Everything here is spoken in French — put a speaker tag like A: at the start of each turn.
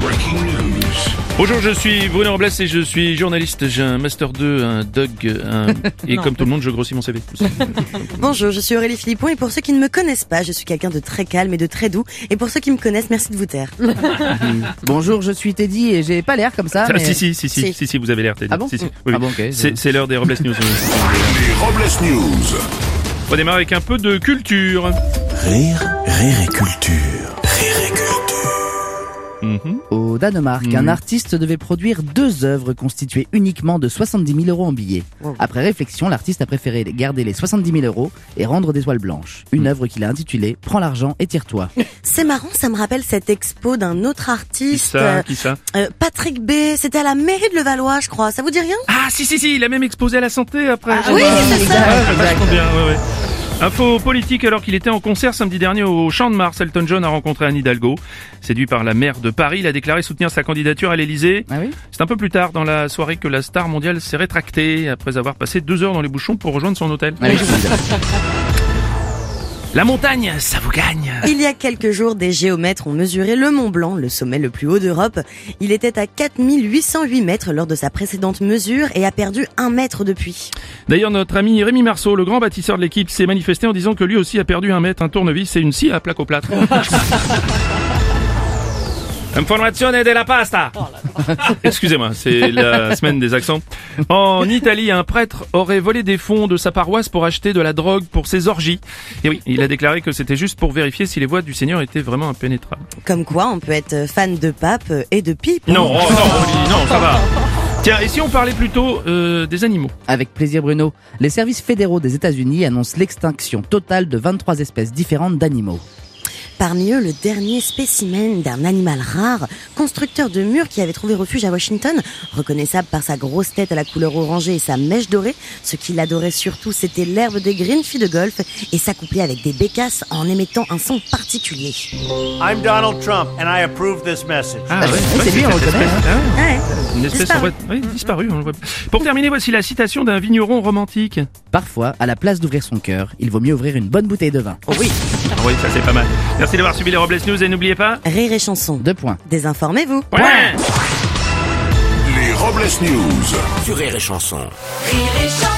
A: Breaking news.
B: Bonjour, je suis Bruno Robles et je suis journaliste. J'ai un Master 2, un Doug, un- et comme tout le monde, je grossis mon CV.
C: Ah,
D: Bonjour, je suis Aurélie Philippon et pour ceux qui ne me connaissent pas, je suis quelqu'un de très calme et de très doux. Et pour ceux qui me connaissent, merci de vous taire.
C: Bonjour, je suis Teddy et j'ai pas l'air comme ça.
B: Ah,
C: mais-
B: si, si, si, si, si,
D: Si.
B: si, vous avez l'air, Teddy.
C: Ah bon
B: Si, si.
C: Mm.
B: Oui,
C: Ah bon,
B: oui.
C: ok, je-
B: C'est c'est l'heure des Robles News.
A: Les Robles News.
B: On démarre avec un peu de culture.
E: Rire, rire et culture. Rire et culture.
B: Mhm.
C: Au Danemark,
B: Hmm.
C: un artiste devait produire deux œuvres constituées uniquement de 70 000 euros en billets. Après réflexion, l'artiste a préféré garder les 70 000 euros et rendre des toiles blanches.
B: Hmm.
C: Une œuvre qu'il a intitulée Prends l'argent et tire-toi.
D: C'est marrant, ça me rappelle cette expo d'un autre
B: Qui
D: artiste,
B: ça Qui ça
D: euh, euh, Patrick B. C'était à la mairie de Levallois, je crois. Ça vous dit rien
B: Ah, si, si, si, il a même exposé à la santé après.
D: Oui, c'est ça.
B: Ah, ça marche bien, ouais, ouais. Info politique alors qu'il était en concert samedi dernier au Champ de Mars, Elton John a rencontré Anne Hidalgo. Séduit par la maire de Paris, il a déclaré soutenir sa candidature à l'Elysée.
C: Ah oui
B: C'est un peu plus tard dans la soirée que la star mondiale s'est rétractée après avoir passé deux heures dans les bouchons pour rejoindre son hôtel.
C: Allez, je vous le dis.
B: La montagne, ça vous gagne
D: Il y a quelques jours, des géomètres ont mesuré le Mont Blanc, le sommet le plus haut d'Europe. Il était à 4808 mètres lors de sa précédente mesure et a perdu un mètre depuis.
B: D'ailleurs, notre ami Rémi Marceau, le grand bâtisseur de l'équipe, s'est manifesté en disant que lui aussi a perdu un mètre, un tournevis et une scie à plaque au plâtre. Informazione della pasta Excusez-moi, c'est la semaine des accents. En Italie, un prêtre aurait volé des fonds de sa paroisse pour acheter de la drogue pour ses orgies. Et oui, il a déclaré que c'était juste pour vérifier si les voies du Seigneur étaient vraiment impénétrables.
D: Comme quoi, on peut être fan de pape et de pipe. hein.
B: Non, oh, non, Oli, non, ça va. Tiens, et si on parlait plutôt euh, des animaux
C: Avec plaisir, Bruno. Les services fédéraux des États-Unis annoncent l'extinction totale de 23 espèces différentes d'animaux.
D: Parmi eux, le dernier spécimen d'un animal rare, constructeur de murs qui avait trouvé refuge à Washington, reconnaissable par sa grosse tête à la couleur orangée et sa mèche dorée. Ce qu'il adorait surtout, c'était l'herbe des greenfields de golf et s'accouplait avec des bécasses en émettant un son particulier.
F: I'm Donald Trump, and I approve this message.
B: Ah ouais,
C: c'est lui, on le connaît,
B: hein.
D: Ouais.
B: Une espèce
D: Disparu.
B: en vrai- oui, disparue, on le voit. Pour terminer, voici la citation d'un vigneron romantique.
C: Parfois, à la place d'ouvrir son cœur, il vaut mieux ouvrir une bonne bouteille de vin.
B: Ah oui, ça c'est pas mal. Merci d'avoir suivi les Robles News et n'oubliez pas.
D: Rire et chanson.
C: Deux points.
D: Désinformez-vous.
B: Point
A: Les Robles News.
G: Sur Rire et Chanson.
H: Rire et chanson.